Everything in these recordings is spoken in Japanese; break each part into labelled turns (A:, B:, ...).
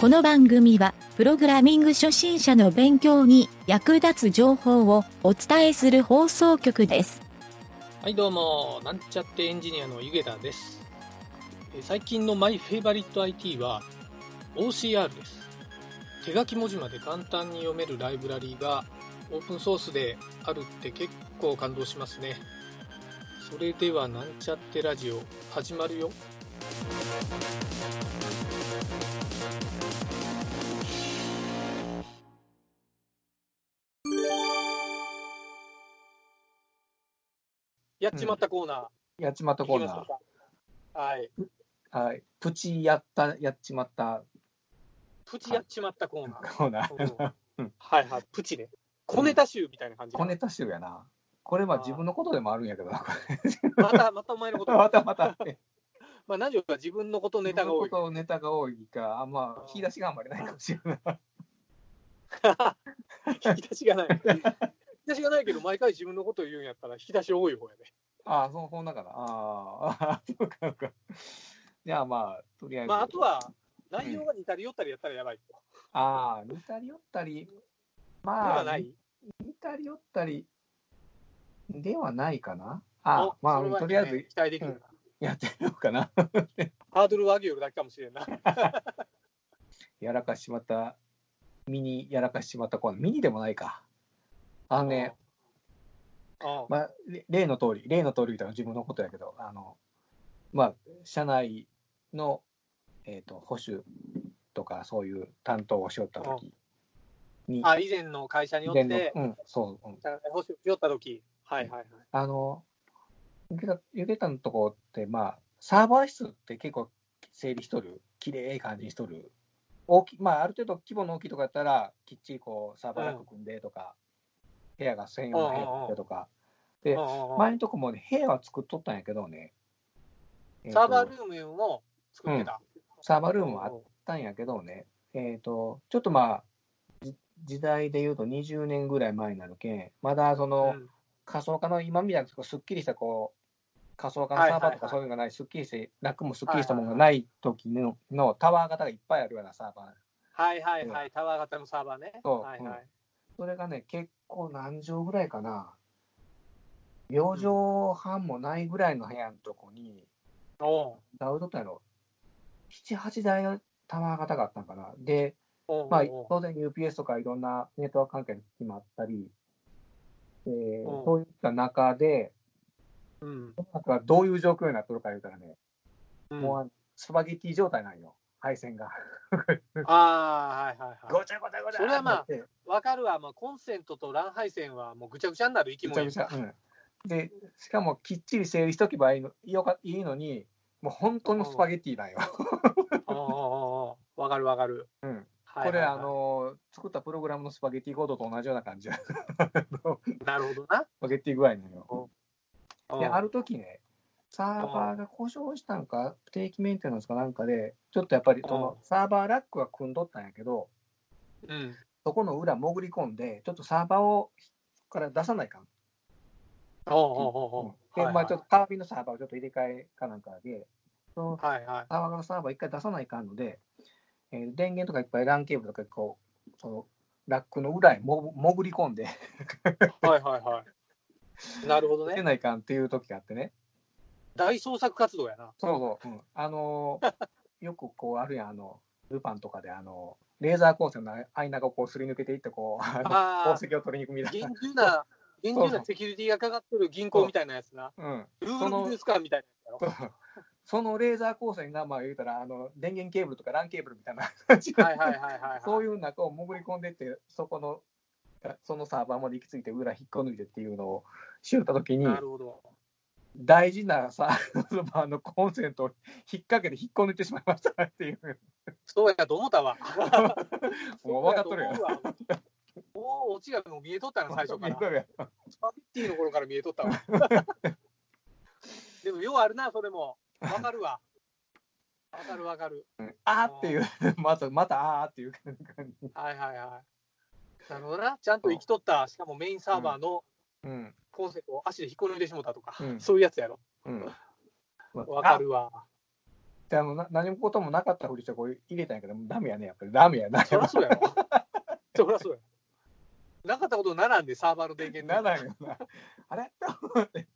A: この番組は、プログラミング初心者の勉強に役立つ情報をお伝えする放送局です。
B: はいどうもなんちゃってエンジニアのゆげたですえー最近のマイフェイバリット IT は OCR です手書き文字まで簡単に読めるライブラリーがオープンソースであるって結構感動しますねそれではなんちゃってラジオ始まるよやっちまったコーナー、
C: やっちまったコーナ
B: はい。
C: ー。はい。プチやった、やっちまった
B: プチやっちまったコーナ
C: コーナー。
B: ー。う
C: うん
B: んはいはい、プチね。小ネタ集みたいな感じ。
C: 小ネタ集やな。これは自分のことでもあるんやけどな、こ
B: また、またお前のこ
C: れ。
B: と。
C: またまた。
B: まあ、何よりは自分のことネタが多い
C: 自分。のことネタが多いか、あんま引き出しがあんまりないかもしれ ない。
B: 引き出しがない。引き出しがないけど、毎回自分のこと言うんやったら、引き出し多い方やね。
C: ああ、その本だから。あーあー、 そうか、そうか。じゃあまあ、とりあえず。
B: まあ、あとは、内容が似たり寄ったりやったらやばいと。
C: ああ、似たり寄ったり。
B: で
C: ま
B: は
C: あ、
B: ない。
C: 似たり寄ったりではないかな。あ
B: お
C: ま
B: それは
C: あ、とりあえず
B: 期待できるな、
C: やってみようかな。
B: ハードルを上げよるだけかもしれんな。
C: やらかしちまった、ミニやらかしちまったコーナー、ミニでもないか。あのね、
B: うん。うん
C: まあ、れ例の通り、例の通りみたいな自分のことやけど、あの、まあ、社内の、えっ、と、保守とかそういう担当をしよったときに、
B: あ、以前の会社によっ
C: 伝の
B: て、
C: うん、そう、うん、
B: 保守寄った時。はいはいはい。
C: あの、ゆけた、ゆけたのとこって、まあ、サーバー室って結構整備しとる、綺麗い感じにしとる。大きまあ、ある程度規模の大きいとこやったら、きっちりこう、サーバーラック組んでとか、部屋が専用の部屋だったりとか、で
B: うんうんうん
C: 前のとこもね、部屋は作っとったんやけどね、えと
B: サーバールームも作ってた。
C: サーバールームはあったんやけどね、えっ、と、ちょっとまあ、じ時代で言うと20年ぐらい前になるけん、まだその、
B: うん
C: 仮想化の今みたいなこうすっきりしたこう仮想化のサーバー
B: はいは
C: とか
B: いはい
C: そういうのがない、すっきりして、楽もすっきりしたものがない時ののタワー型がいっぱいあるようなサーバー。
B: はいはいはい、タワー型のサーバーね。
C: そう
B: はいはい。
C: それがね、結構何畳ぐらいかな。4畳半もないぐらいの部屋のとこに、
B: おう
C: 何うとったんやろ、7、8台のタワー型があったんかな。で、
B: おう
C: まあ、
B: おう
C: 当然 UPS とかいろんなネットワーク関係の機器もあったり、えー
B: うん
C: そういった中で、
B: うん
C: なんかどういう状況になってるか言うたらね、
B: うん
C: もうあのスパゲティ状態なんよ、配線が。
B: ああ、はいはいは
C: ごちゃごちゃごちゃ
B: それはまあ
C: ってなって
B: い。わかるわ、まあ、コンセントと乱配線はもうぐちゃぐちゃになる生き
C: ぐちゃ
B: 物
C: ぐちゃ。うん、で、しかもきっちり整理しとけばいいのよかいいのに、もう本当のスパゲティなんよ。
B: おうおうおうおうわかるわかる。
C: うん
B: はい
C: こ
B: はい
C: れ、
B: は
C: あ
B: い
C: の、作ったプログラムのスパゲティコードと同じような感じや
B: なるほどな
C: スパゲティ具合なんよ。
B: うん。
C: で、ある時ね、サーバーが故障したんか、定期メンテナンスかなんかで、ちょっとやっぱりそのサーバーラックは組んどったんやけど、
B: うん。
C: そこの裏潜り込んで、ちょっとサーバーをそこから出さないかん。
B: おうおうおうおう
C: で、
B: はいは
C: まあ
B: い
C: ちょっとカービィのサーバーをちょっと入れ替えかなんかで、その
B: はいはい。
C: サーバーのサーバー一回出さないかんので、えー電源とかいっぱい LAN ケーブルとかこう、そのラックの裏へもぐ潜り込んで、
B: はいはいはい。なるほど
C: 出
B: ね。
C: ないかんっていう時があってね。
B: 大創作活動や な。
C: そうそう。うん、あのー よくこうあるやん、あの、ルパンとかで、あの、レーザー光線の間がこうすり抜けていって、 こう、あの
B: ああ、
C: 宝石を取りに行くみたい
B: 厳重
C: な。
B: な、厳重なセキュリティがかかってる銀行みたいなやつな。
C: うん。
B: ルー
C: そ
B: ブル
C: の
B: 美術館みたいなやつや
C: そのレーザー光線が、まあ言うたら、あの、電源ケーブルとか LAN ケーブルみたいな感じ
B: ろ。はいはいはいはいはい。
C: そういう中を潜り込んでって、そこの、そのサーバーまで行き着いて、裏引っこ抜いてっていうのをしよったときに、
B: なるほど。
C: 大事なサーバーのコンセントを引っ掛けて引っこ抜いてしまいましたっていう、
B: そうやと思ったわ。
C: もう分かっとるやん
B: そうやと思うわもうオチがもう見えとったの、最初から。 スパゲッティの頃から見えとったわ。でも、ようあるな、それも。わかるわ。わかるわかる。
C: あーっていう、また、またあーっていう感じ。
B: はいはいはい。なるほどな。ちゃんと生きとった、しかもメインサーバーの
C: うん、
B: コンセントを足で引っこ抜いてしもたとか、
C: うん
B: そういうやつやろ。
C: うん。
B: わかるわ。
C: であのな何もこともなかったふりしてこう入れたんやけど、ダメやね、やっぱりダメやな。
B: そりゃそうやろ。 そりゃそうやろ。なかったことならんで、サーバーの電源
C: ならんよな。あれと思って。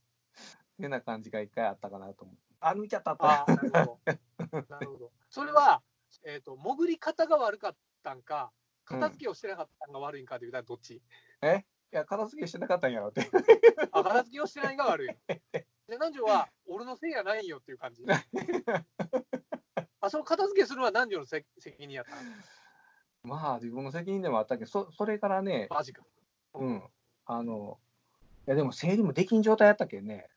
C: 変な感じが一回あったかなと思う。あ、見ちゃったった。
B: ああ、なるほど。なるほど。それは、えっ、と、潜り方が悪かったんか、片付けをしてなかったんが悪いんかというたらどっち、
C: えいや、片付けしてなかったんやろって。
B: あ、片付けをしてないんが 悪い。で、男女は、俺のせいやないんよっていう感じ。あ、その片付けするのは男女のせ責任やったん
C: まあ、自分の責任でもあったけど、そそれからね、
B: マジか。
C: うん、あの、いや、でも整理もできん状態やったけんね。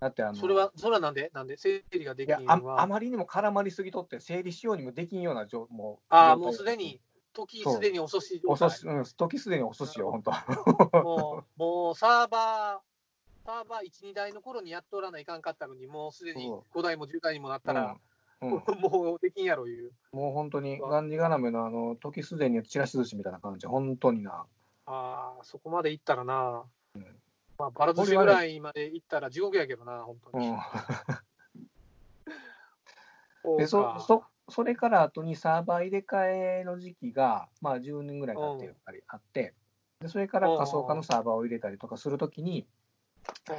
C: だってあの、
B: それは、それはなんでなんで整理がで
C: い
B: き
C: や
B: ん
C: あ
B: の
C: あ
B: は。
C: まりにも絡まりすぎとって、整理しようにもできんような状もう
B: ああ、
C: 状態
B: もうすでに、時
C: そう
B: すでに遅し。
C: 遅し、うん、時すでに遅しよ、本当。
B: もう、もうサーバー、サーバー1、2台の頃にやっとらないかんかったのに、もうすでに
C: そ
B: 5台も10台にもなったら、
C: うんうん、
B: もうできんやろいう。
C: もう本当に、がんじがらめのあの、時すでにチラシ寿司みたいな感じ、本当にな。
B: ああ、そこまで行ったらな、
C: うん
B: まあ、バラ寿司ぐらいまで行ったら地獄やけどな、本当
C: う
B: に。
C: ん、
B: そう
C: でそ
B: か
C: そそれから後にサーバー入れ替えの時期が、まあ、10年ぐらい経って
B: うん
C: やっぱりあって、でそれから仮想化のサーバーを入れたりとかするときに、
B: うん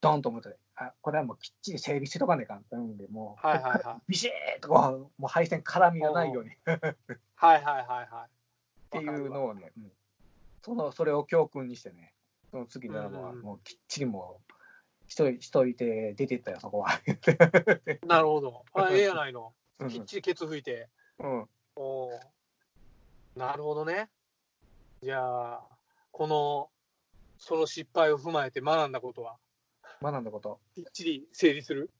C: ドンと思って、あこれはもうきっちり整備してとかねえかんってうんで、もう、
B: はいはいはい。
C: ビシッとこう、もう配線絡みがないようにっ
B: はいはいはいはい。って
C: いうのをね、うん、そのそれを教訓にしてね、その次のラボは、
B: うん
C: もうきっちりもう、一人一人で出てったよ、そこは。
B: なるほど。あええやないの。
C: うん
B: きっちりケツ拭いて。
C: うん
B: おーなるほどね。じゃあ、この、その失敗を踏まえて学んだことは、
C: 学んだこと。
B: きっちり整理する。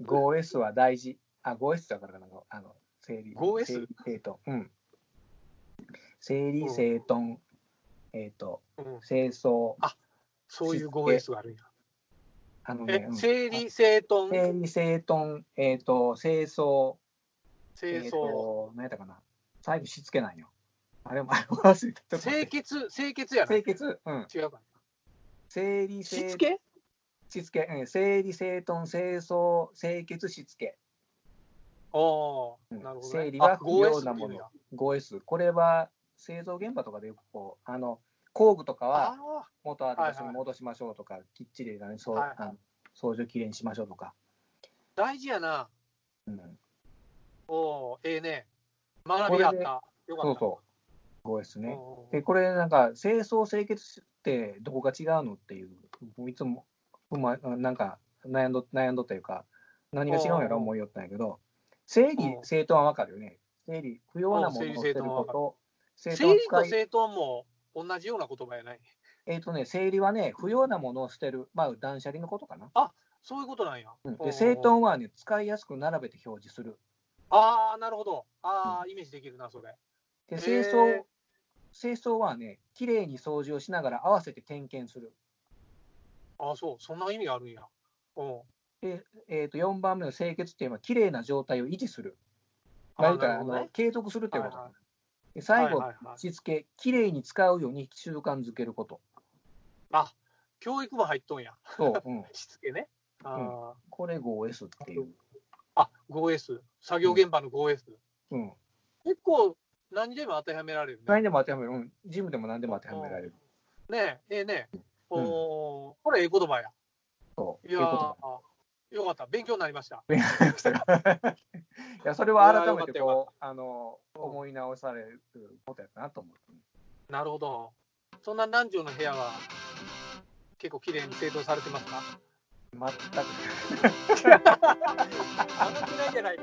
C: 5S は大事。あ、5S だからかな、あの、整理。
B: 5S？
C: 整理整頓。うん。整理整頓、えっ、と、
B: うん、
C: 清掃。
B: そういう 5S があるんや。
C: あのね
B: え、、
C: うん
B: 整理整
C: あ
B: 頓、
C: 整理整頓、えっ、と、清掃。
B: 清
C: えっ、
B: 掃、
C: と、何やったかな。最後しつけないよ。あれも、あれも忘れた。ちょっと
B: 清
C: 待って
B: 潔、清潔やな。違
C: 清潔。うん。
B: うか。
C: 整理
B: し
C: 整
B: つけ
C: しつけ。うん。整理整頓、清掃、清潔、しつけ。
B: お
C: うん
B: ーなるほど、ね。
C: 整理は
B: あ
C: 不要
B: 5S
C: な
B: ってい
C: も
B: うんや
C: の。5S。これは製造現場とかでよくこう、あの、工具とかは、
B: ああ、
C: 元ある場
B: はい
C: 所
B: はい
C: に戻しましょうとか、きっちりね、そう、
B: はい
C: あの掃除をきれいにしましょうとか、
B: 大事やな。
C: うん、
B: おーええね。学びがあった。よか
C: そ
B: っ
C: う
B: た。
C: そう、5ですね。
B: おー
C: で、これなんか、清掃、清潔ってどこが違うのっていう、いつも、うまいなんか悩んど、悩んどというか、何が違うんやろ
B: うん
C: 思いよったんやけど、整理
B: う、ん
C: 整頓はわかるよね。整理、不要なも
B: うん
C: のを捨
B: 整理
C: て
B: 整
C: る
B: 頓はわか
C: こ
B: る
C: と、整
B: 整
C: 頓
B: 理と
C: を使い、
B: 整頓も同じような言葉やない。
C: えっ、とね、整理はね、不要なものを捨てる、まあ、断捨離のことかな。
B: そういうことなんや。
C: うん
B: おー
C: で、整頓はね、使いやすく並べて表示する。
B: ああ、なるほど。ああ、イメージできるな、それ。
C: で
B: へー
C: 清掃、清掃はね、綺麗に掃除をしながら合わせて点検する。
B: ああ、そう。そんな意味があるんや。お
C: で、えー、と4番目の清潔っていうのは、綺麗な状態を維持する。
B: あー
C: まあ言うたら
B: な
C: あ
B: るほ
C: の、
B: どね
C: 継続するということ、
B: はいは
C: で
B: ー
C: 最後、
B: はいはいはい
C: しつけ、綺麗に使うように習慣づけること。
B: あ、教育も入っとんや。
C: そう、うん、
B: しつけね。あ
C: これ 5S っていう。
B: あ、あ、5S。作業現場の 5S。
C: うん、
B: 結構、何でも当てはめられるね。
C: 何でも当てはめる、うん、ジムでも何でも当てはめられる。
B: ねえ、ええねえ。
C: うん
B: おーこれ、ええ言葉や。
C: そう
B: いや
C: いうことだ
B: ーよかった。勉強になりました。
C: 勉強になりましたが いやそれは改め
B: いやよか
C: て
B: ったよ
C: こうあの思い直されることやったなと思う。
B: なるほど。そんな南條の部屋は、結構綺麗に整頓されてますか
C: 全く
B: あんまりないじゃないか。